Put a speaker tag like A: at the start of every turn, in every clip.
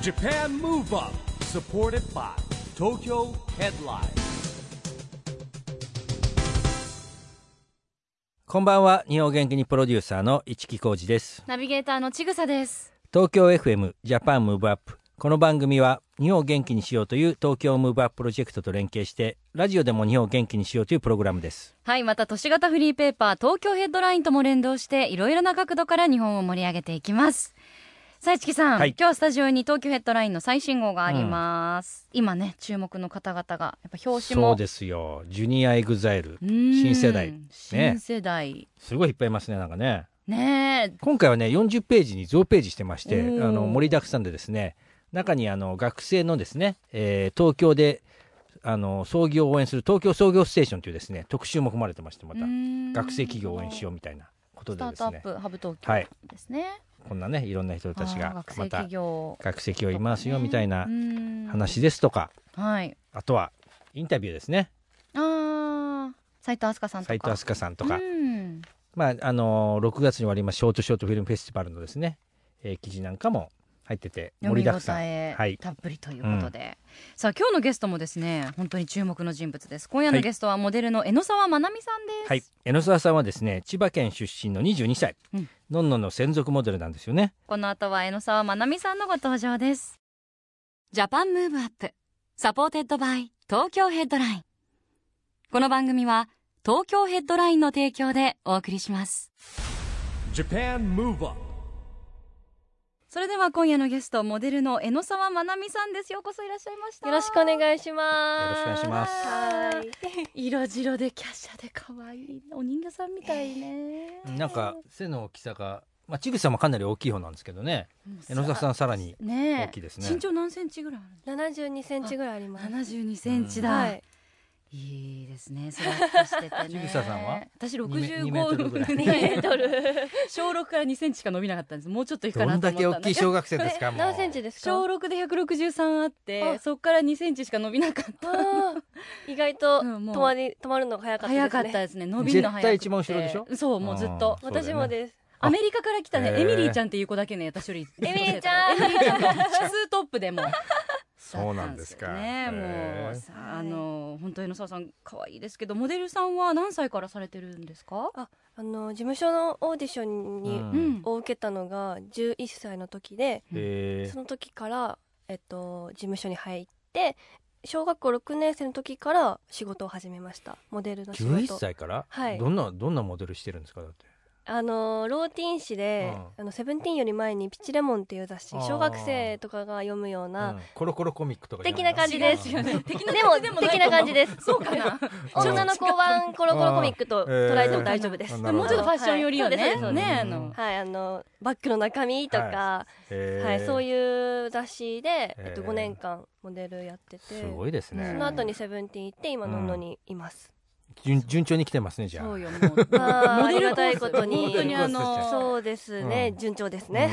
A: Japan Move Up supported by Tokyo Headline
B: こんばんは日本元気にプロデューサーの市木浩二です
C: ナビゲーターのちぐさです。
B: 東京 FM ジャパンムーブアップこの番組は日本を元気にしようという東京ムーブアッププロジェクトと連携してラジオでも日本を元気にしようというプログラムです
C: はい、また都市型フリーペーパー、東京ヘッドラインとも連動して、いろいろな角度から日本を盛り上げていきます。さあ、市木さん、
B: はい
C: 今日はスタジオに東京ヘッドラインの最新号があります。今ね、注目の方々が、やっぱ表紙も。
B: そうですよジュニアエグザイル
C: うーん
B: 新世代
C: 新
B: ね
C: 世代。
B: すごいいっぱいいますねなんかね
C: ねえ。
B: 今回はね40ページに増ページしてましてあ
C: おー
B: の盛りだくさんでですね中にあの学生のですね、えー東京であの創業を応援する東京創業ステーションというですね特集も組まれてましてまた学
C: 学
B: 生企業を応援しようみたいなこと
C: ス
B: で
C: ター
B: で
C: トア
B: す
C: ッ
B: ね
C: プ、ハブ東
B: はい
C: 京ですね。
B: こんなねいろんな人たち
C: あー
B: が
C: 学生
B: また
C: 企業、
B: 学籍を言いますよみたいな
C: うん
B: 話ですとか
C: はい。
B: あとはインタビューですね
C: ああ、斉藤飛鳥さんとか。
B: 斉藤飛鳥さんとか、
C: うん
B: まああのー6月に終わりますショートショートフィルムフェスティバルのですね、えー記事なんかも入ってて盛りだくさん
C: 読み応え
B: はい
C: たっぷりということで、さあ今日のゲストもですね本当に注目の人物です今夜のゲストはモデルの江ノ沢まなみさんです、
B: はい、江ノ沢さんはですね千葉県出身の22歳、
C: うん
B: のんのんの専属モデルなんですよね
C: この後は江ノ沢まなみさんのご登場ですジャパンムーブアップサポーテッドバイ東京ヘッドラインこの番組は東京ヘッドラインの提供でお送りします
A: Japan Move Up
C: それでは今夜のゲストモデルの江ノ沢まなみさんですようこそいらっしゃいました
D: よろしくお願いします。
B: よろしくお願いします
D: はい。色白で華奢で可愛いお人形さんみたいね。
B: なんか背の大きさが、まあ、ちぐさもかなり大きい方なんですけどね江ノ沢さんさらに
C: ねえ
B: 大きいですね
C: 身長何センチぐらいあるの
D: 七十二センチぐらいあります。
C: 七十二センチだ、
D: はい。
C: いいですね。スラッとしててね。
B: ちぐささんは
C: 私
B: に
C: 六
B: め
C: 十
B: にメートルぐらい
C: 五メートル。小六から二センチしか伸びなかったんです。もうちょっといくか
B: ど
C: なんと
B: だ
C: 思った
B: け大
C: の
B: きい小学生ですかもう
D: 何センチですか？
C: 小六で百六十三あって、
D: あ
C: そこから二センチしか伸びなかった。
D: あー意外と
C: うんもう
D: 止まり止まるのが早かったですね。
C: 早かったですね。伸びるの
B: 絶
C: 早くて。
B: 対一番後ろでしょ
C: そう、もうずっと。
B: そうだよね
D: 私もです。
C: アメリカから来たね、
B: へえ
C: エミリーちゃんっていう子だけね、私より。
D: エミリーちゃん
C: エミリーちゃんのツートップでも。
B: そうなんですか
C: だったんですよね、も
B: へえ
C: うさ、あの、本当に野沢さん、可愛いですけど、モデルさんは何歳からされてるんですか。
D: あの事務所のオーディション
B: う
D: に、
B: ん
C: うん
D: を受けたのが十一歳の時で、
B: え
D: その時からえっと事務所に入って。小学校六年生の時から仕事を始めましたモデルの仕事
B: 11歳から、
D: はい
B: どんなどんなモデルしてるんですかだって
D: あのローティン誌で「あのセブンティーンより前に「ピチレモン」っていう雑誌
B: あー
D: 小学生とかが読むよう
B: う
D: なん
B: コロコロコミックとか
D: 的な感じです
C: 違う違う ね的な
D: で
C: 感
D: も
C: じでもない
D: 的な感 じです
C: そうかな。
B: あー
D: 女の子版コロコロコミックと
B: あー
D: 捉えても大丈夫です、
B: えーなる
C: も
B: ほ
C: う
B: ど
C: ちょっとファッション寄りよね。
D: はいそうですそうです
C: ね、あ
B: うん
C: の。
D: はいあのバッグの中身とか、はいそう
B: う
D: いう雑誌で、
B: えー
D: えっと、5年間モデルやってて
B: すごいですね
D: その後に「セブンティーン行って今のんのにいます、
B: 順順調に来てますねじゃあ
C: そうよ、もう。
D: まあ
C: モデル
D: ありがたいことに
C: 本当にあの。
D: そうですね、
B: うん
D: 順調です
B: うん
D: ね、
C: あ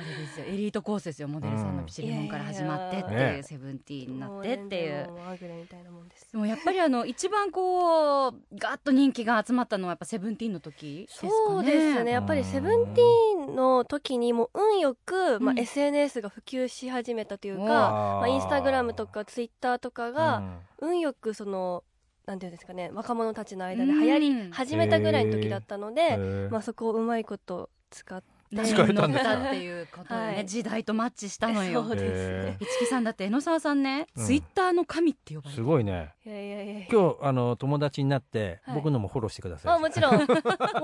C: れですよエリートコースですよモデルさんのピチリモンから始まってって
B: いやい
C: い
B: や
C: うセブンティーンにな
D: も
C: っ
D: う
C: てっ
D: 全
C: てい
D: 然
C: う。
D: もうまぐれみたいなもんです
C: でもやっぱりあの一番こうガッと人気が集まったのはやっぱセブンティーンの時ですかね。
D: そうですねやっぱ
B: う
D: り
B: ん
D: 「セブンティーンの時にもう運よく、ま
C: う
D: あ、
C: ん
D: SNS が普及し始めたというか、
C: おー
D: まあ、インスタグラムとかツイッターとかが運よくそのなんていうんですかね若者たちの間で流行
C: うん
D: り始めたぐらいの時だったの
B: うん
D: で、
B: へー
D: まあ、そこをうまいこと使って
C: ね
B: 使えたんですか
C: 乗ったっていうことでね、
D: はい
C: 時代とマッチしたの
D: そ
C: よ
D: う。ですね
B: へ
C: 一木さんだって江ノ沢さんね、
B: うん
C: ツイッターの神って呼ばれて
B: すごいね
D: いやいやいや いや
B: 今日あの友達になって、
D: はい
B: 僕のもフォローしてください
D: あもちろん も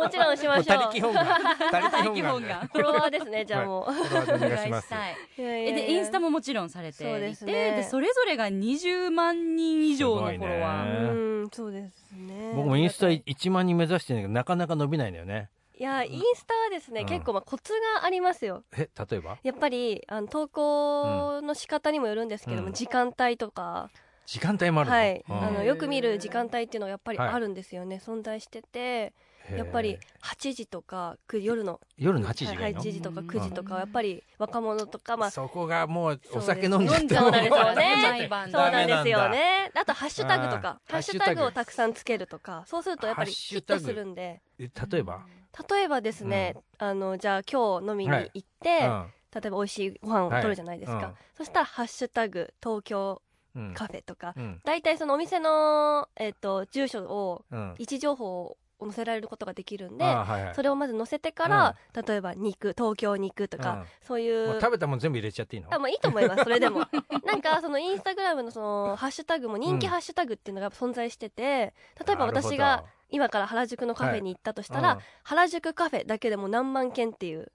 D: ちろんしましょう
B: 他力本願 他力本願
C: が
D: フォロワーですねじゃあもう、
B: フォロワー
C: お
B: でお
C: 願
B: 願いしま
C: い
B: す
C: したい。
D: いやいや
C: え
D: いや
C: でインスタももちろんされてい
D: そう
C: て
D: で
C: そ
D: すね
C: でそれぞれが20万人以上のフォロワ
B: す
C: ー、
B: ごいね
D: うんそうですね
B: 僕もインスタ1万人目指してるんだけどなかなか伸びないんだよね
D: いやインスタはですね、
B: うん
D: 結構まあコツがありますよ
B: え例えば
D: やっぱりあの投稿の仕方にもよるんですけども、
B: うん
D: 時間帯とか、
B: 時間帯もあるの,
D: は
B: うん、
D: い、あのよく見る時間帯っていうのがやっぱり
B: はい
D: あるんですよね、存在してて
B: へー
D: やっぱり8時とかく夜の
B: 夜の8時がいいの、
D: はい8時とか9時とかはやっぱり若者とかまあそ
B: そこがもうお酒飲
D: そ
B: ん
D: う
B: でて
D: です飲んじゃうんですよね
C: 毎晩
D: う
B: ダ
D: な
B: メ
D: ん
B: なんだ
D: ですよねあとハッシュタグとか
B: あー
D: ハッシュタグをたくさんつけるとかそうするとやっぱ
B: ハ
D: り
B: ッシ
D: ヒ
B: ュ
D: ッ
B: タ
D: ト
B: グ
D: するんで
B: え例えば、
D: 例えばですね、あのじゃあ今日飲みに行って、
B: うん
D: 例えば美味しいご飯を取るじゃないですか、
B: はいうん
D: そしたら「ハッシュタグ東京
B: うん
D: カフェ」とか、
B: うん
D: 大体そのお店の、えっと住所を
B: うん
D: 位置情報を載せられることができるんで、
B: あーはいはい
D: それをまず載せてから、例えば肉東京肉とか、
B: うん
D: そうい
B: も
D: う
B: う食べたもん全部入れちゃっていいの
D: あもういいと思いますそ れでもなんかそのインスタグラムのそのハッシュタグも人気
B: うん
D: ハッシュタグっていうのが存在してて、例えば私
B: なる
D: が
B: ほど
D: 今から原宿のカフェに行ったとしたら、原宿カフェだけでも何万件っていう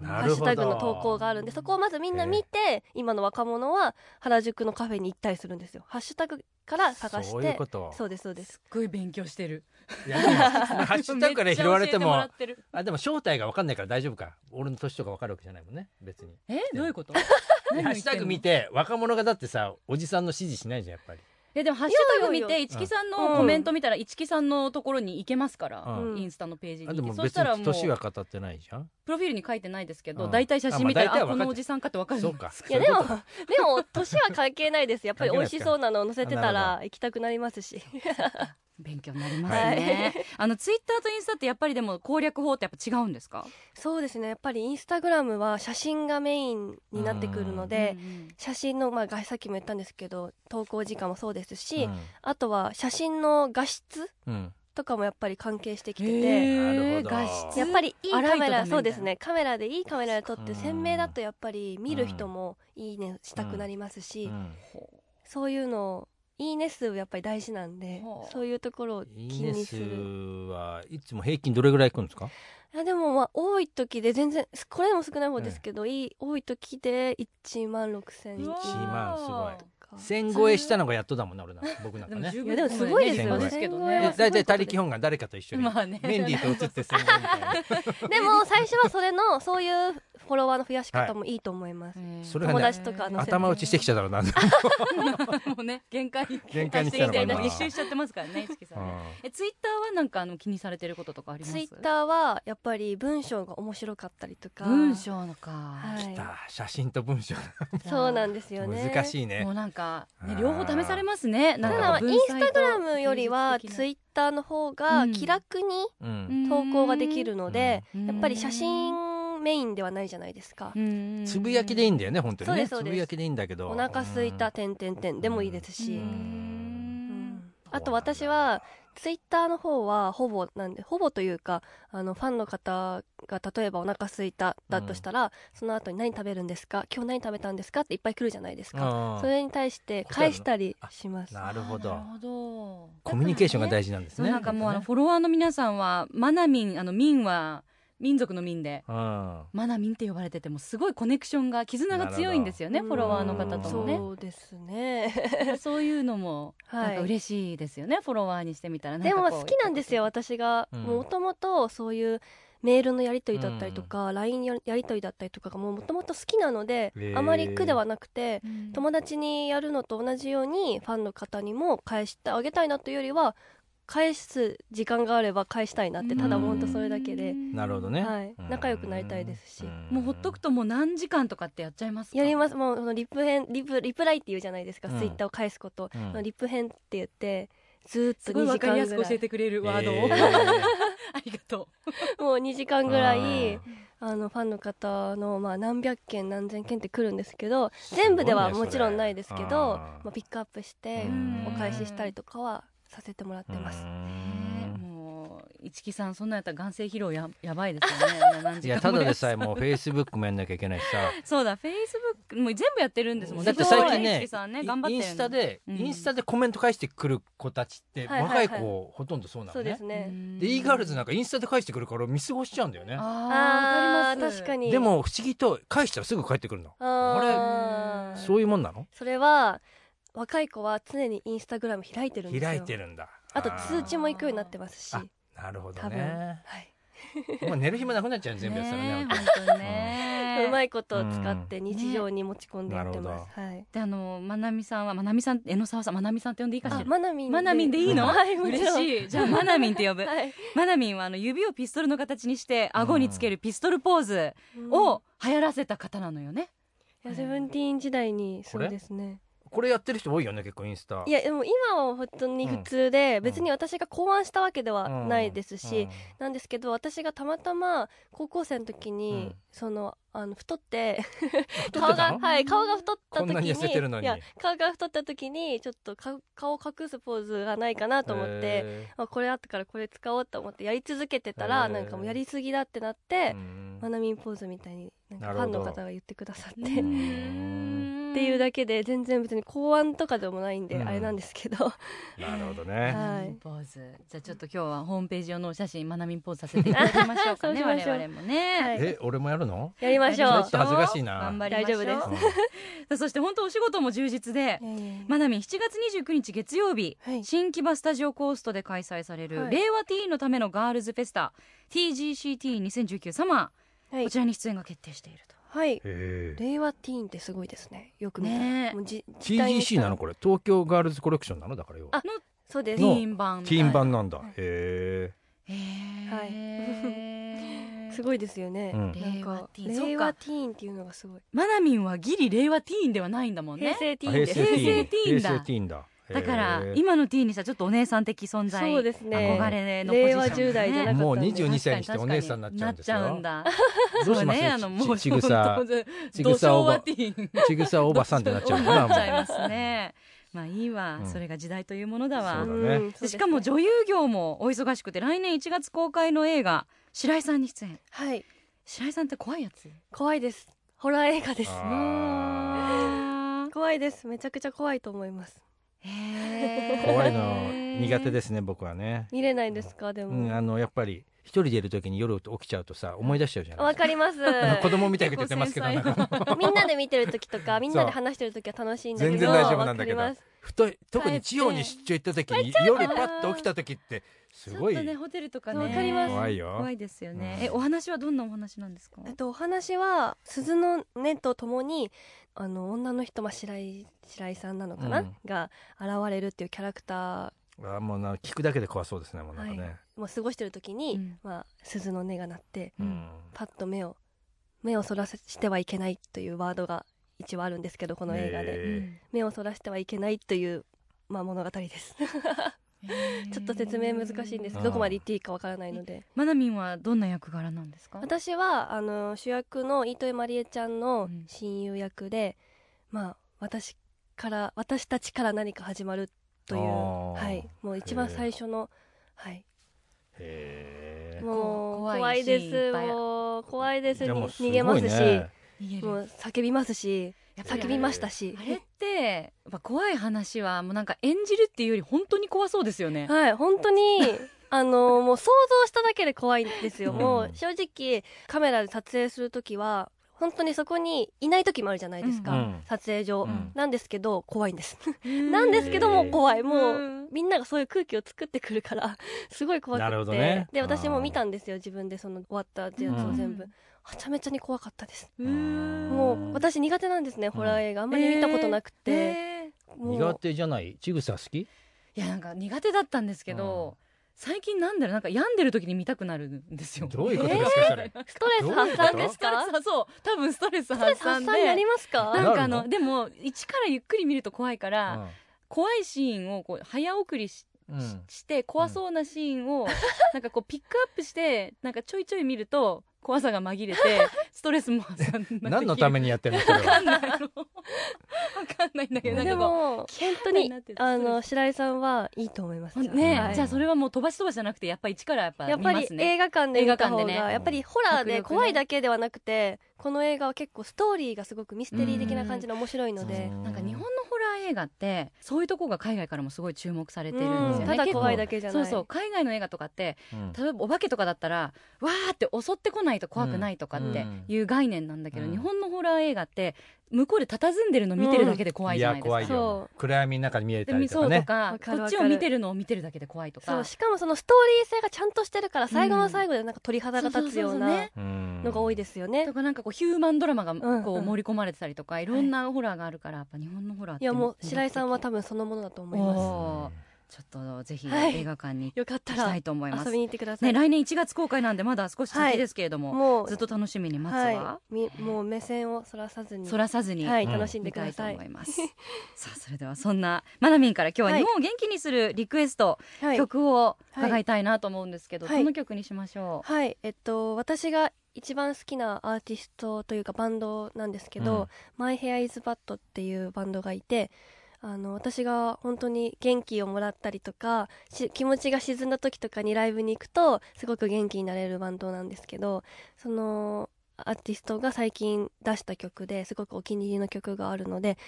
B: うん
D: ハ
B: な
D: ッ
B: る
D: シュ
B: ほ
D: タ
B: ど
D: グの投稿があるんでそこをまずみんな見て、今の若者は原宿のカフェに行ったりするんですよハッシュタグから探して
B: そういうこと
D: そうですそうです
C: すっごい勉強してる
B: いやでもハッシュタグから拾われて
C: めっちゃ
B: も
C: 教えてもらってる
B: あでも正体が分かんないから大丈夫か俺の年とか分かるわけじゃないもんね別に
C: えどういうこと
B: ハ
C: 何を言ってんの
B: ッシュタグ見て若者がだってさおじさんの支持しないじゃんやっぱり
C: いやでもハッシュタグ見
D: いや
C: て一木さんのコメント見たら一木さんのところに行けますから、
D: うん
C: インスタのページに
B: あで
C: 行
B: も
C: けそし
B: 別
C: たら
B: に
C: もう
B: 年は語ってないじゃん
C: プロフィールに書いてないですけ
B: う
C: ど
B: ん
C: 大体写真見た
B: あま
C: ら
B: あ大体
C: あ
B: は
C: こ
B: 分かっ
C: のおじさんかってわかる
B: そうか
D: いやでもで も年は関係ないですやっぱり
B: 関係
D: 美
B: ないで
D: 味
B: すか
D: しそうなのを載せてた
B: あなる
D: ら行きたくなりますし
C: 勉強になりますね、あのツイッターとインスタってやっぱりでも攻略法ってやっぱ違うんですか
D: そうですねやっぱりインスタグラムは写真がメインになってくるので、
C: うんうん
D: 写真の、まあ、がさっきも言ったんですけど投稿時間もそうですし、
B: うん
D: あとは写真の画質
B: うん
D: とかもやっぱり関係してきてて。
C: へー
B: なるほど
C: 画質
D: やっぱり
C: いい
D: あ
C: ライトだね
D: カメラ
C: みたいな
D: そうですねカメラでいいカメラで撮って
B: うん
D: 鮮明だとやっぱり見る人もいいねしたくなりますし、
B: うん
D: そういうのいいね数やっぱり大事なんで
C: ほう
D: そういうところを気
B: いいね
D: にす
B: 数
D: る
B: はいつも平均どれぐらいいくんですか
D: いやでもまあ多い時で全然すこれでも少ない方ですけど、いい多い時で1万6000
C: う
D: 円
C: わー
B: 1万すごい
D: か
B: 1000超えしたのがやっとだもんな俺なんか僕なんかね
C: 十
D: いやでもすごいです
B: よ
C: 立派ですけど
D: すご
B: で
C: ね
D: い
B: 大体他力本願誰かと一緒に
C: まあね
B: メンディーと映って1000みたいな
D: でも最初はそれのそういうフォロワーの増やし方もいいと思います、
B: それがね
D: 友達とかのせて
B: 頭打ちしてきちゃ ったろうなうん
C: もうね限界
B: 限界に来たのかな
C: もう一周しちゃってますからね一木さんねえツイッターはなんかあの気にされてることとかあります
D: ツイッターはやっぱり文章が面白かったりとか
C: 文章のか
D: はい
B: あー写真と文章
D: そうなんですよね
B: 難しいね
C: もうなんかね
B: あー
C: 両方試されますね
B: ただ
C: なんか
D: インスタグラムよりはツイッターの方が気楽に
B: うん
C: ッ
D: 投稿ができるので、
C: うん
D: やっぱり写真メインではないじゃないですか、
B: つぶやきでいいんだよね本当にね
D: そうですそう
B: つ
D: です
B: ぶやきでいいんだけど
D: お腹すいたてんてんてんでもいいです
B: う
D: し、
B: ん
D: うんあと私はツイッターの方はほぼなんでほぼというかあのファンの方が例えばお腹すいただとしたら、その後に何食べるんですか今日何食べたんですかっていっぱい来るじゃないですか、
B: あー
D: それに対して返したりします
B: なるほ
C: な
B: ど
C: るほど
B: コミュニケーションが大事なんです
C: そう
B: ね
C: なんかもうあの
B: ね
C: フォロワーの皆さんはマナミンあの民は民族の民で
B: うん
C: マナミンって呼ばれててもすごいコネクションが絆が強いんですよね
D: うん
C: フォロワーの方ともね
D: そうですね
C: そういうのも
D: はい
C: なんか嬉しいですよね、フォロワーにしてみたら
D: でも好きなんですよ私が
B: うん
D: もともとそういうメールのやり取りだったりとか、LINE ややり取りだったりとかがもともと好きなので、
B: へー
D: あまり苦ではなくて
C: 友
D: 友達にやるのと同じようにファンの方にも返してあげたいなというよりは返す時間があれば返したいなってただ
B: うん
D: 本当それだけで
B: なるほどね
D: はい
B: うん
D: 仲良くなりたいですし
B: ん
C: もうほっとくともう何時間とかってやっちゃいますか
D: やりますすもうそのリプ編リプリプライっていうじゃないですか、
B: うん
D: ツイッターを返すこと、
B: うん
D: そのリプ編って言ってずー
C: す
D: っと
C: ごい
D: 2
C: わ
D: 時
C: かりや
D: 間
C: す
D: ぐ
C: く
D: ら
C: 教
D: い
C: えてくれるワードを、
B: えー
C: ありがと
D: もう2時間ぐらい
B: うん
D: あのファンの方のまあ何百件何千件って来るんですけど全部ではもちろんないです
B: すご
D: けど
B: いねそれ
D: まあ、ピックアップして
B: うん
D: お返ししたりとかはさせてもらってます。
B: う
C: う、
B: ん
C: もう一木さんそんなんやったら眼性疲労ややばいですよねもう何
B: い
C: 時
B: や
C: 間も
B: ただでさえもうフェイスブックもやんなきゃいけないしさ
C: そうだフェイスブックもう全部やってるんですもん
B: だって最近
C: すごい
B: ね
C: 一木さんね頑張っ
B: イ
C: てる
B: ン
C: の
B: スタで、
C: うん
B: インスタでコメント返してくる子たちって、
D: はいはいは
B: 若
D: い
B: い子ほとんどそうな
D: そ
B: の
D: うで
B: ね
D: すね。
B: で e ガールズ
C: な
B: なんかインスタで返してくるから見過ごしちゃうんだよね
C: あーわ
D: あ
C: か
D: あ
C: ります
D: 確かに。
B: でも不思議と返したらすぐ帰ってくるの
D: あー
C: あれ
B: そういうもんなの
D: それは若い子は常にインスタグラム開いてるんですよ。
B: 開いてるんだ
D: あと
B: ー
D: 通知も行くようになってますし。
B: あなるほど
D: 多分
B: ね
D: はい。
B: もう寝る暇なくなっちゃう全部やったらね本
C: ね
B: 当
C: 本
B: に
C: 当にね
D: うまいことを使って日常に持ち込んでやってます。はい。
C: であのまなみさんはまなみさん江ノ沢さんまなみさんって呼んでいいかし
D: あ
C: ら
D: マナミン。
C: まなみんでいいの
D: はいもち
C: 嬉
D: ろん。
C: しいじゃあまなみんって呼ぶ
D: はい。
C: まなみんはあの指をピストルの形にして顎につけるピストルポーズを流行らせた方なのよね
D: いやセブンティーン時代にそうですね。
B: これやってる人多いよね結構インスタ
D: いやでも今は本当に普通で、別に私が考案したわけではないですし、
B: うん
D: なんですけど私がたまたま高校生の時に、
B: うん
D: そのあの太って
B: 太っ
D: 顔
B: てた
D: が
B: の
D: はい顔が太った時
B: こんなに痩せてるのに
D: いや顔が太った時にちょっとか顔を隠すポーズがないかなと思って、
B: へ
D: あこれあったからこれ使おうと思ってやり続けてた
B: へ
D: ら
B: ー
D: なんかもうやりすぎだってなっ
B: ー
D: て
B: う、ん
D: まなみんポーズみたいになんか
B: な
D: フ
B: る
D: ァ
B: ほ
D: ン
B: ど
D: の方が言ってくださって。
B: う
D: っ
B: ん
D: ていう
C: だ
D: だけで全然別に考案とかでもないんで、
B: うん
D: あれなんですけど
B: なるほど
C: け
B: ね
D: はい
C: ポーズじゃあちょっと今日はホームページ用のお写真まなみんポーズさせていただきましょうかね
D: そうしましょう
C: 我々もね、
D: はい
B: え俺もやるの
D: やりましょう
C: や
B: ち
C: り
B: ょっと恥ずかしいな
C: 頑張りましょう
D: 大丈夫です
B: うん
C: さあそして本当お仕事も充実で
D: いやいやいや
C: まなみん7月29日月曜日、
D: はい
C: 新木場スタジオコーストで開催される、
D: はい
C: 令和ティーンのためのガールズフェスタ TGCT2019 サマー、
D: はい
C: こちらに出演が決定していると。
D: はい
B: へ ー
D: 令和ティーンってすごいですねよく見たら、
C: ねえ
D: もうじ時代にした
B: TGC なのこれ東京ガールズコレクションなのだからよ
D: あそうです
C: ティーン版み
B: テ
C: たい
B: ィー
C: な
B: ン版なんだへ
C: へー
D: はい すごいですよね、
B: うん
D: なんか
C: 令和ティーン
D: 令
C: そ
D: 和
C: うか
D: ティーンっていうのがすごい、
C: マナミンはギリ令和ティーンではないんだもんね
D: 平成テ
B: え
D: ィー
B: 平
D: ンです
B: 成ティーン
C: 平成ティーンだ
B: 平成ティーンだへー
C: だから今のティーンにしたらちょっとお姉さん的存在
D: そうですね
C: 憧れのポジショ
D: 令
C: ン
D: 和
C: だね
D: 10代じゃなかったんで
B: もう22歳にしてお姉さんになっちゃうんですよ
C: なっちゃうんだ
B: どうします
C: そうねあのもう
B: ちちぐさ
C: 本
B: ち
C: 当土
B: ぐさ
C: 壌
B: おば
C: はティーン
B: ちぐさおばさんってなっちゃうの
C: な
B: か
C: っちゃい
B: な
C: ますねまあいいわ、
B: うん
C: それが時代というものだ
B: そ
C: わ
B: うだね
D: ん
C: でしかも
D: 優
C: 女優業もお忙しくて来年1月公開の映画白井さんに出演
D: はい
C: 白井さんって怖いやつ
D: 怖いですホラー映画です
B: あ
D: 怖いですめちゃくちゃ怖いと思います
B: ー怖いの苦手ですすね僕はね
D: 見れないんですかで
B: うんあ
D: も
B: のやっぱり一人でいる時に夜起きちゃうとさ思い出しちゃうじゃ
D: わ、
B: ないですか
D: かります
B: 子供みたいなこと言ってますけど
C: 結構繊細な
B: なんか
D: みんなで見てる時とかみんなで話してる時は楽しいんだけど
B: 全然大丈夫なんだけど
D: わかります
B: ふと特に地方に出張行った時に夜パッと起きた時ってす
C: ち
B: ご
C: ょっ
B: い
C: とねホテルとかね
D: わかります
B: 怖いよ
C: 怖いですよね、
B: うん
C: えお話はどんなお話なんですか
D: えっと、お話は鈴の音とともにあの女の人、まあ、白井白井さんなのかな、
B: うん
D: が現れるっていうキャラクタ
B: あもうな聞くだけで怖そうですねもうなんかね
D: ーも過ごしてる時に、
C: うん
D: まあ、鈴の音が鳴って
C: うん
B: うん
D: パッと目を目をそらせしてはいけないというワードが一応あるんですけどこの映画で、
B: ねえ
D: 目をそらしてはいけないという、まあ、物語です ちょっと説明難しいんですけどどこまで言っていいかわからないので
C: マナミンはどんな役柄なんですか
D: 私はあの主役の糸井まりえちゃんの
C: うん
D: 親友役で、まあ私から私たちから何か始まるという、
B: あー
D: はい、もう一番
B: へー
D: 最初の、はい、
B: へー
D: もう
C: 怖い
D: 怖いで
C: シーンい
D: す
C: っぱいある
D: もう怖いです
B: じゃあもうすご
D: 逃
B: いね
D: げますし、
C: 逃げる
D: もう叫びますし
C: やっぱり
D: 叫びましたし
C: あれってやっぱ怖い話はもうなんか演じるっていうより本当に怖そうですよね。
D: はい本当にあのもう想像しただけで怖いんですよ、
B: うん
D: もう正直カメラで撮影する時は本当にそこにいない時もあるじゃないですか、
B: うんうん
D: 撮影上、
B: うん
D: なんですけど怖いんですなんですけども怖いもうみんながそういう空気を作ってくるからすごい怖くて
B: なるほどね
D: で私も見たんですよ自分でその終わったやつを全部、
C: うん
D: はちゃめちゃに怖かったです
C: うーん
D: もう私苦手なんですね、ホラー映画あんまり見たことなくて、
C: え
D: もう
B: 苦手じゃないちぐさ好き
C: ーいやなんか苦手だったんですけど、最近なんだろうなんか病んでる時に見たくなるんですよ。
B: どういうことですかそれ
D: ストレス発散です
C: ストレ
D: か
C: スはそう多分ストレス
D: ストレ
C: 発
D: ス発
C: 散
D: 散になり
C: で。
D: ますか
C: なんかあ
B: な
C: の
B: る
C: でも一からゆっくり見ると怖いから、怖いシーンをこう早送りし
B: うんうん
C: しして怖そうなシーン を、なんかこうピックアップしてなんかちょいちょい見ると怖さが 紛れてストレスも発散になって
B: 何のためにやってるのそれ
C: わか
B: は
C: んないのわかんないんだけどなん
D: で
C: かこ
D: も本当
C: に
D: に
C: なってる
D: あの白井さんはいいと思います
C: う
D: よ
C: ね、
B: うん
C: じゃあそれはもう飛ばし飛ばしじゃなくてやっぱり一からやっぱ
D: やっ
C: 見
D: ぱ
C: ま
D: り
C: すね
D: 映画館で見た方が、
C: 映画館でね
D: やっぱりホラ
C: 迫
D: ー
C: 力
D: で
C: ね
D: 怖いだけではなくて、この映画は結構ストーリーがすごくミステリー的な感じで面白いので、
C: なんか日本 のホラー映画ってそういうとこが海外からもすごい注目されてるんですよ
D: う
C: ね
D: ん、ただ
C: 結構
D: 怖いだけじゃな
C: そ
D: いう
C: そう海外の映画とかって
B: うん
C: 例えばお化けとかだったらわーって襲ってこないと怖くないとかっていう概念なんだけど、
B: うん
C: 日本のホラー映画って向こうで佇んでるの見てるだけで怖いじゃないですか、
B: や怖い
D: そ
B: よ暗闇の中に見え
C: で
B: たりと
C: そ
B: か
C: うと
B: ね
C: か
D: わかる
C: こっ
D: わかる
C: ちを見てるのを見てるだけで怖いとか
D: そうしかもそのストーリー性がちゃんとしてるから最後の最後でなんか鳥肌が立つよう
C: そうそうそうそう
D: な
C: ね
B: の
D: のが多い
B: で
D: ですよね
C: と。かなんかこうヒューマンドラマが
D: ん
C: こう
D: うん
C: 盛り込まれてたりとか、いろんなホラーがあるからやっぱ日本のホラーって
D: いやもう白井さんは多分そのものだと思います。
C: おー
E: ちょっとぜひ
D: はい
E: 映画館に
D: よかった
E: 行きた
D: ら
E: いと思います、
D: 遊びに行ってくださ
E: ね
D: い。
E: 来年1月公開なんでまだ少し先ですけれども、
D: もう
E: ずっと楽しみに待つ
D: は
E: わ、
D: い、みもう目線をそらさずに、
E: そらさずに、
D: はい、
B: うん
D: 楽しんで
E: 見
D: く
E: た
D: だ
E: いと
D: さい。
E: 思いますさあそれではそんなまなみんから今日は日本を元気にするリクエスト、
D: はい、
E: 曲を伺いたいなと思うんですけど、
D: はい
E: どの曲にしましょう、
D: はい、えっと私が一番好きなアーティストというかバンドなんですけ
B: うん
D: ど、マイヘアイズバットっていうバンドがいて。あの私が本当に元気をもらったりとかし気持ちが沈んだ時とかにライブに行くとすごく元気になれるバンドなんですけどそのアーティストが最近出した曲ですごくお気に入りの曲があるので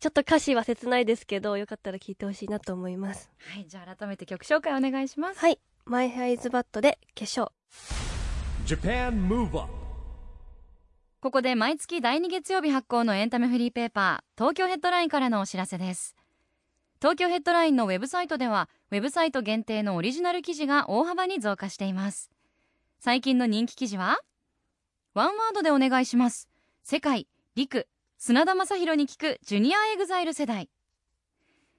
D: ちょっと歌詞は切ないですけどよかったら聴いてほしいなと思います
E: はいじゃあ改めて曲紹介お願いします
D: はい「マイヘアイズバットで化粧
A: Japan Move Up
E: ここで毎月第2月曜日発行のエンタメフリーペーパー東京ヘッドラインからのお知らせです東京ヘッドラインのウェブサイトではウェブサイト限定のオリジナル記事が大幅に増加しています最近の人気記事はワンワードでお願いします世界陸砂田正宏に聞くジュニアエグザイル世代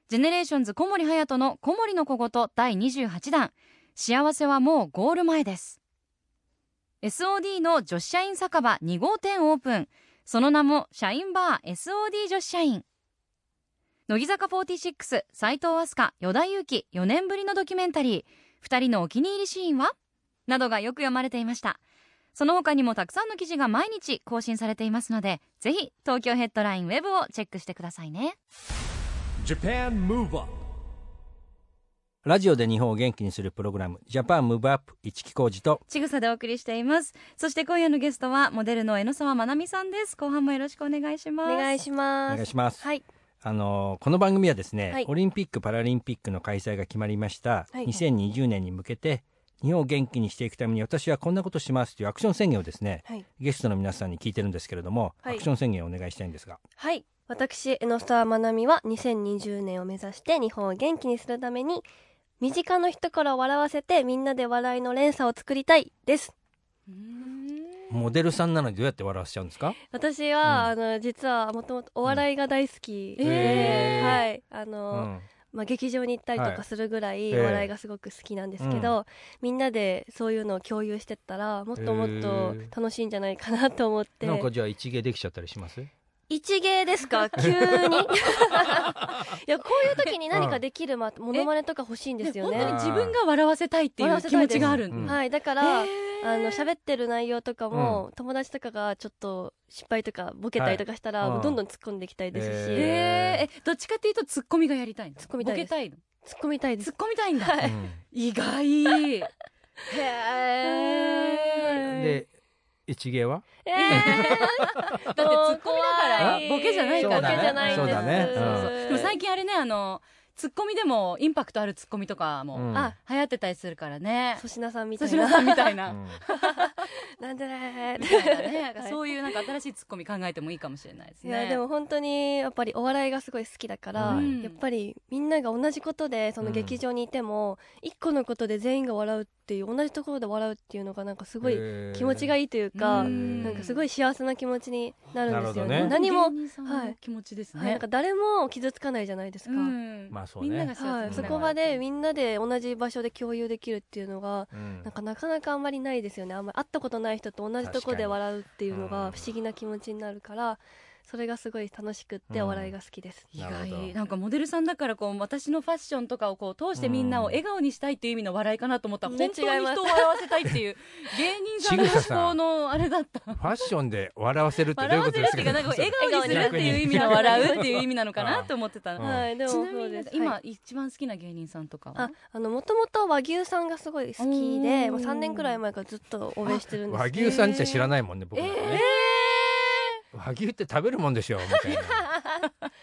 E: ジェネレーションズ小森隼人の小森の小言第28弾幸せはもうゴール前です SOD の女子社員酒場2号店オープンその名も社員バー SOD 女子社員乃木坂46斉藤飛鳥与田祐希4年ぶりのドキュメンタリー2人のお気に入りシーンはなどがよく読まれていましたその他にもたくさんの記事が毎日更新されていますのでぜひ東京ヘッドラインウェブをチェックしてくださいね
A: Japan Move Up
B: ラジオで日本を元気にするプログラムジャパンムーブアップ一木工事と
E: ちぐさでお送りしていますそして今夜のゲストはモデルの江ノ沢まなみさんです後半もよろしくお願いします
D: お願いし
B: お
D: ます。
B: 願いします、
D: はい。
B: あのこの番組はですね、
D: はい
B: オリンピック・パラリンピックの開催が決まりました、
D: はい
B: 2020年に向けて日本を元気にしていくために私はこんなことしますというアクション宣言をですね
D: はい。
B: ゲストの皆さんに聞いてるんですけれども、
D: はい
B: アクション宣言をお願いしたいんですが
D: はい。私、江ノ沢まなみは2020年を目指して日本を元気にするために、身近の人から笑わせてみんなで笑いの連鎖を作りたいです。
B: モデルさんなのにどうやって笑わせちゃうんですか
D: 私は、あの、実はもともとお笑いが大好きで、
B: うんへー
D: はい。あの、
B: うん
D: まあ、劇場に行ったりと
B: はい
D: かするぐらい
B: ええ
D: お笑いがすごく好きなんですけど、みんなでそういうのを共有してったらもっともっと楽しいんじゃないかなと思って、
B: なんかじゃあ一芸できちゃったりします
D: 一芸です か急にいやこういう時に何かできるまモノマネとか欲しいんですよ
C: 本当に
D: ね。
C: 自分が笑わせたいっていう気持ちがあ
B: 笑わせた
C: る
B: いですうん
D: はいだから、あの喋ってる内容とかも、友達とかがちょっと失敗とかボケたりとかしたら、
B: はいうん
D: どんどん突っ込んでいきたいですし、
C: えーえどっちかっていうとツッコミがやりたいの
D: ツッコみたいで
C: ボケ
D: す
C: たいの
D: 突っ込みたいです
C: ツッ。コみたいんだ、
D: はい
B: うん
C: 意外へえ
B: で一芸は
D: え
C: だ
D: ー、
C: ってツッコミだから
D: え
C: ボケじゃないから
B: ボケじゃないんですそうだねそうだねうん
C: でも最近あれねあのツッコミでもインパクトあるツッコミとか
B: う
C: も
B: ん
D: あ
C: 流行ってたりするからね
D: 粗品さんみた
C: 粗
D: い
C: 品さん
D: な。
C: みたいな、
B: うん
D: なんでね
C: みたいなね、なんか
D: は い
C: そういうなんか新しいツッコミ考えてもいいかもしれないです
D: い
C: ね。
D: やでも本当にやっぱりお笑いがすごい好きだから、
C: うん
D: やっぱりみんなが同じことでその劇場にいても一個のことで全員が笑うっていう同じところで笑うっていうのがなんかすごい気持ちが
B: い
D: いいというか、
C: うん
D: なんかすごい幸せな気持ちになるんですよ
B: なるほどね
D: ね。何も、
C: 芸人さん
D: は
C: の
D: い
C: 気持ちですね。
D: はい、なんか誰も傷つかないじゃないですか。
C: うん
B: まあそうね
C: みんなが幸せにな
D: は
C: る
D: い、そこまでみんなで同じ場所で共有できるっていうのがなんかなかなかあんまりないですよねあんまり会ったことない人と同じとこで笑うっていうのが
B: 確か
D: 不
B: に
D: 思議な気持ちになるからそれがすごい楽しくって
B: うん
D: お笑いが好きです、
C: 意
B: なるほど
C: 外なんかモデルさんだからこう私のファッションとかをこう通してみんなを笑顔にしたいっていう意味の笑いかなと思ったら、
D: うん
C: 本当に人を笑わせたいっていう芸人さんの
B: ちぐささん
C: 思考のあれだった
B: ファッションで笑わせるってどういう
C: 笑わ
B: こ
C: せ
B: とで
C: るっ
B: す
C: てい
B: か
C: うかなんか笑顔にするっていう意味の笑うっていう意味なのかなと思ってた
B: うん
D: はいでも
C: ち
D: そ
C: なみ
D: う
C: に
D: ですはい
C: 今一番好きな芸人さんとかは
D: ああのもともと和牛さんがすごい好きで
C: おー
D: もう3年くらい前からずっと応援してるんです
B: 和
D: けど
B: 牛さんじゃ知らないもんね僕らはね、和牛って食べるもんでしょみたいな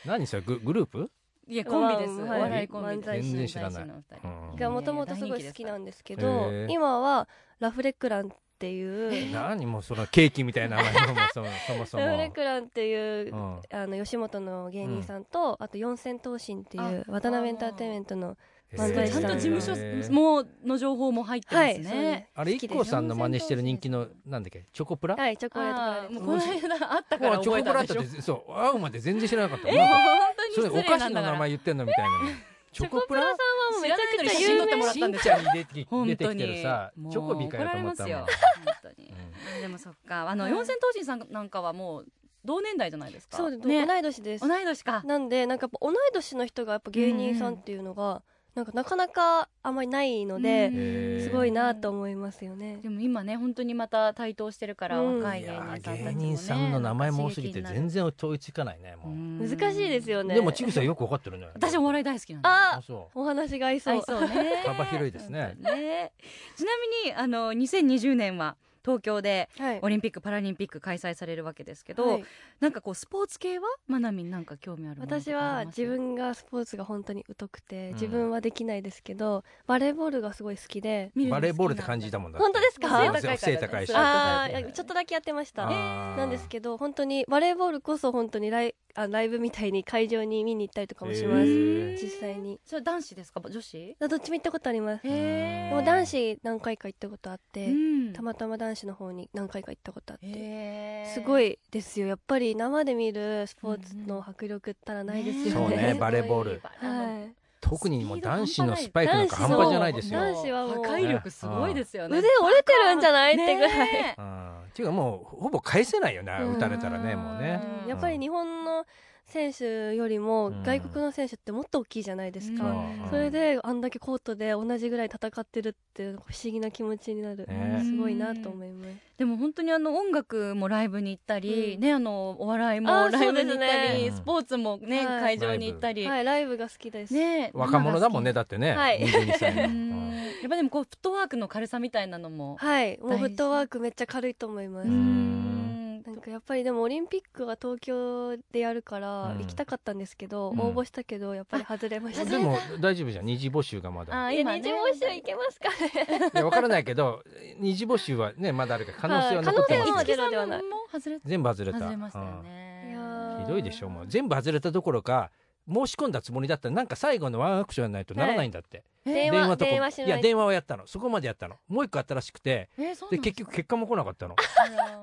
B: 何それググループ
C: いやコンビです、
D: まあ
C: お笑いコンビです
D: はい
B: 全然知らない
C: 漫才師のお二人
B: うん
D: がもともとすごい好きなんですけど、
B: へー
D: 今はラフレクランっていう、
B: 何もうそのケーキみたいな名前のもそもそもそも
D: ラフレクランっていう、
B: うん
D: あの吉本の芸人さんと、あと四千頭身っていう
C: あ
D: 渡辺エンターテインメントの漫
C: ち
D: 才師
C: ゃ
D: さ
C: ん
D: ん
C: と事務所
B: へー
C: もの情報も入ってますね。
B: あれ
D: 好き
B: 一
D: です
B: 光さんの真似してる人気のなんだっけチョコプラ
D: はい、チョコレートから
C: あ
D: で
C: ーも
D: す
C: うこの間あったか
B: も
C: ら
B: うチョ
C: 覚え
B: コプ
C: た
B: ラ
C: ん
B: っ
C: でしょ。
B: てそう会うまで全然知らなかった、
C: えー本当
B: そ
C: に
B: れお
C: 失
B: 菓
C: 礼な
B: 子
C: ん
B: の
C: だか
B: 名
C: ら。
B: 前言ってんのみたいなチョコプラ
D: チョコプラさんはもめちゃくちゃ有名
C: もら
B: し
C: ったん
B: ん
C: で
B: ちゃんに出てき
C: 本
B: 出て
C: 当
B: きてる
C: に
B: さ
C: もう
B: チョコビかよと思った
C: 怒られ
B: もん
C: ますよ本当にでもそっかあの
D: はい
C: 四千頭身さんなんかはもう同年代じゃないですか
D: そうです、
C: ね
D: 同い年です
C: 同い年か
D: なんでなんかやっぱ同い年の人がやっぱ芸人さんっていうのが、なんかなかなかあんまりないので、
B: うん
D: すごいなと思いますよね、
C: でも今ね本当にまた台頭してるから
D: うん
C: 若い
B: い
C: 芸人さ
B: や
C: んたちもね
B: ー芸人さんの名前も多すぎて全
C: 然
B: 然統一いかないねも
D: 難しいですよ
B: う
D: ね
B: でもちぐさよくわかってるね
C: 私お笑い大好きなんで
D: あ
B: あそ
D: お話が合いそう
C: 合いそう ね
B: 幅広いですね
C: 本当にねちなみにあの2020年は東京で
D: はい
C: オリンピック・パラリンピック開催されるわけですけど、
D: はい
C: なんかこうスポーツ系はまなみんなんか興味あるものとか
D: 私
C: あ
D: は
C: ります
D: 自分がスポーツが本当に疎くて
B: ん
D: 自分はできないですけど、バレーボールがすごい好きで
C: 見
B: う
C: るの好きな
B: バレ
C: んだ
B: ーボールって感じたもんだって
D: 本当ですか
B: 背高い背高いし
C: そう
D: あ
C: そう
D: ーいやちょっとだけやってました
B: あー
D: なんですけど本当にバレーボールこそ本当にライあライブみたいに会場に見に行ったりとかもしま
B: へ
D: す、
B: ー
D: 実際に
C: それ男子ですか女子
D: あどっちも行ったことあります
C: へ
B: ー
D: でも男子何回か行ったことあって、
C: うん
D: たまたま男子の方に何回か行ったことあって、
C: へー
D: すごいですよやっぱり生で見るスポーツの迫力ったらないですよ
B: そう
D: ね
B: ねバレーボール
D: はい
B: 特にもう男子のスパイクなんか半端じゃないですよ
D: 男子はもう
C: 破壊力すごいですよね
D: 腕折れてるんじゃないってぐらい、
C: ねえ
B: うんっていうかもうほぼ返せないよね
D: うん
B: 打たれたらねもうね
C: うん
D: やっぱり日本の選手よりも
B: うん
D: 外国の選手ってもっと大きいじゃないです
C: うん
D: か、
B: うん
D: それであんだけコートで同じぐらい戦ってるって不思議な気持ちになる、
B: ね
D: すごいなと思います、
C: でも本当にあの音楽もライブに行ったり、
D: うん
C: ねあのお笑いも
D: あー
C: ライブに行っ
D: そ
C: た
D: うです
C: り、
B: ね
C: スポーツもね、
D: は
C: 会
D: い
C: 場に行ったり、
D: はいライブが好きです、
C: ね
B: 若者だもんねだ
C: だ
B: ってね
D: はい
B: 22歳の う
C: や
B: ん
C: っぱでもこうフットワークの軽さみたいなのも、
D: はいもう
C: 大事
D: フットワークめっちゃ軽いと思います、
B: う
C: うんん
D: なんかやっぱりでもオリンピックは東京でやるから
B: うん
D: 行きたかったんですけど、
B: うん
D: 応募したけどやっぱり外れました、
B: でも大丈夫じゃん二次募集がまだ
C: あー
D: いや
C: 今ね
D: 二次募集いけますかね
B: いやわからないけど二次募集はねまだあるから可能性は
D: はい
B: 残って
D: 可能性
B: ま
D: は
B: す
C: 五
B: け
C: 木
B: ど
C: さん
D: では
C: の
D: ない
C: も外れ
B: 全部外れた
C: 外れましたよ
D: いや
C: ね
B: う
D: ー
B: んひどいでしょもう全部外れたところか申し込んだつもりだったらなんか最後のワンアクションやらないとならないんだって
D: 電話
B: とか
D: 電話しない
B: や電話をやったのそこまでやったのもう一個あったらしくて
C: えーそう
B: で
C: なん
B: 結局結果も来なかったの
C: だ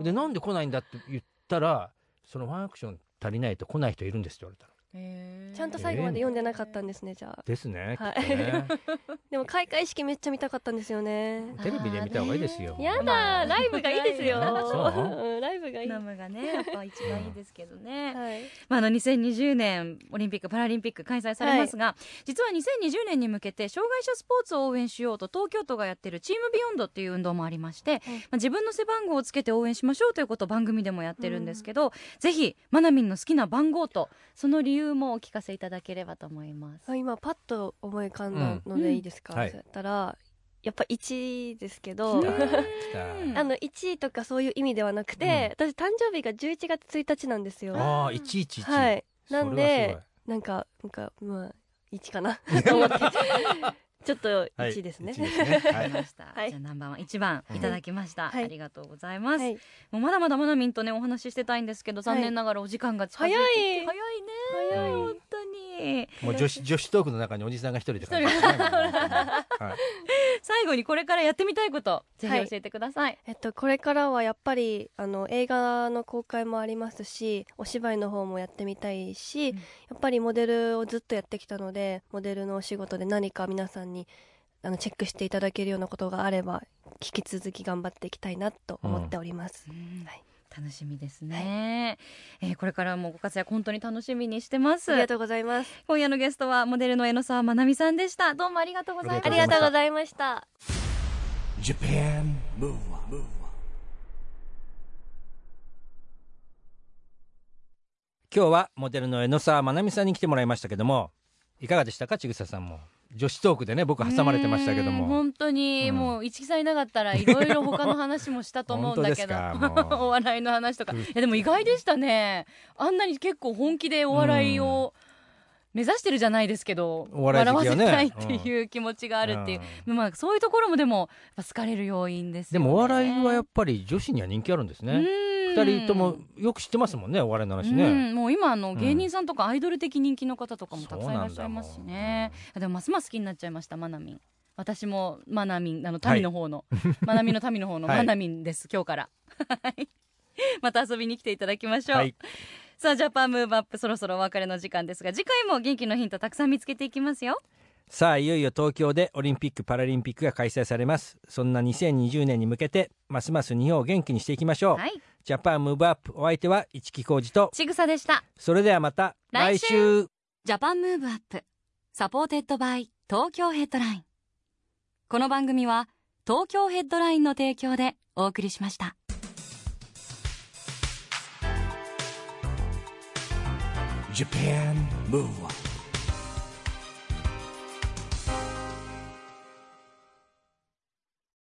B: でなんで来ないんだって言ったらそのワンアクション足りないと来ない人いるんですって言われたの
C: へー
D: ちゃんと最後まで読んでなかったんですねじゃあ
B: ですねき
D: は
B: っ
D: い
B: とね
D: でも開会式めっちゃ見たかったんですよね。
B: テレビで見た方がいいですよ
C: あーね
D: やだーライブがいいです よ。
B: そう
D: うんライブがいい。
C: ナ
D: は
C: ムがねやっぱ一番いいですけどね、
D: い。
C: まあ、あの2020年オリンピック・パラリンピック開催されますが、実は2020年に向けて障害者スポーツを応援しようと東京都がやってるチームビヨンドっていう運動もありまして、まあ、自分の背番号をつけて応援しましょうということを番組でもやってるんですけど、ぜひまなみんの好きな番号とその理由もお聞かせいただければと思います。
D: あ今パッと思い浮かんだのでいいですか。
B: うんはい
D: そうやったらやっぱ1ですけど。
B: 来た来
C: うん
B: た
D: あの1位とかそういう意味ではなくて、私誕生日が11月1日なんですよ。は
B: ああ一一一
D: い。なんでなんかなんかまあ1かな と思って。ちょっと1ですね。
C: わか
B: は
C: り
B: い
C: ました、
D: はい
C: じゃあナンバーワン1番いただきました、
D: はい
C: ありがとうございます、
D: はい。
C: もうまだまだまなみんとねお話ししてたいんですけど残念ながらお時間が近づいてきて
D: 早
C: 早
D: い
C: いね
B: 早い
C: 本当に
B: もう女子女子トークの中におじさんが一人で感じですねはい
C: 最後にこれからやってみたいことぜひ教えてください、
D: えっと、これからはやっぱりあの映画の公開もありますしお芝居の方もやってみたいし、
C: うん
D: やっぱりモデルをずっとやってきたのでモデルのお仕事で何か皆さんにあのチェックしていただけるようなことがあれば引き続き頑張っていきたいなと思っております。
C: うん
D: はい
C: 楽しみですね、えーこれからもご活躍本当に楽しみにしてます
D: ありがとうございます。
C: 今夜のゲストはモデルの江野沢まなみさんでしたどうもありがとうございました
D: ありがとうございました。
A: Japan Move Up,
B: 今日はモデルの江野沢まなみさんに来てもらいましたけどもいかがでしたかちぐささんも女子トークでね僕挟まれてましたけど
C: うん
B: も
C: 本当に
B: うん
C: もう一木さんいなかったらいろいろ他の話もしたと思うんだけど
B: 本当ですかもう
C: お笑いの話とかいやでも意外でしたねあんなに結構本気でお笑いを目指してるじゃないですけど、
B: お笑い
C: 笑
B: 好き
C: わせ
B: はね
C: たいっていう気持ちがあるっていう、まあ、そういうところもでもやっぱ好かれる要因です
B: で
C: よ、ね、
B: もお笑いはやっ
C: ぱ
B: ぱり女子には人気あるんですね二人ともよく知ってますもんねお笑いの話
C: う
B: ね
C: ん、もう今あの
B: ん
C: 芸人さんとかアイドル的人気の方とかもたくさんいらっしゃいますし
B: そうなん
C: ね
B: だ、
C: でもますます気になっちゃいましたマナミン私もマナミンあの
B: はい
C: 民の方の、 マナミンの民の方の
B: はい
C: マナミンです、今日から はいまた遊びに来ていただきましょう、
B: はい
C: さあジャパンムーブアップそろそろお別れの時間ですが次回も元気のヒントたくさん見つけていきますよ
B: さあいよいよ東京でオリンピック・パラリンピックが開催されますそんな2020年に向けてますます日本を元気にしていきましょう、
F: はい
B: ジャパンムーブアップお相手は市木浩二と
F: ちぐさでした
B: それではまた
F: 来週
B: 来週
C: ジャパンムーブアップサポーテッドバイ東京ヘッドラインこの番組は東京ヘッドラインの提供でお送りしました
A: Japan Move Up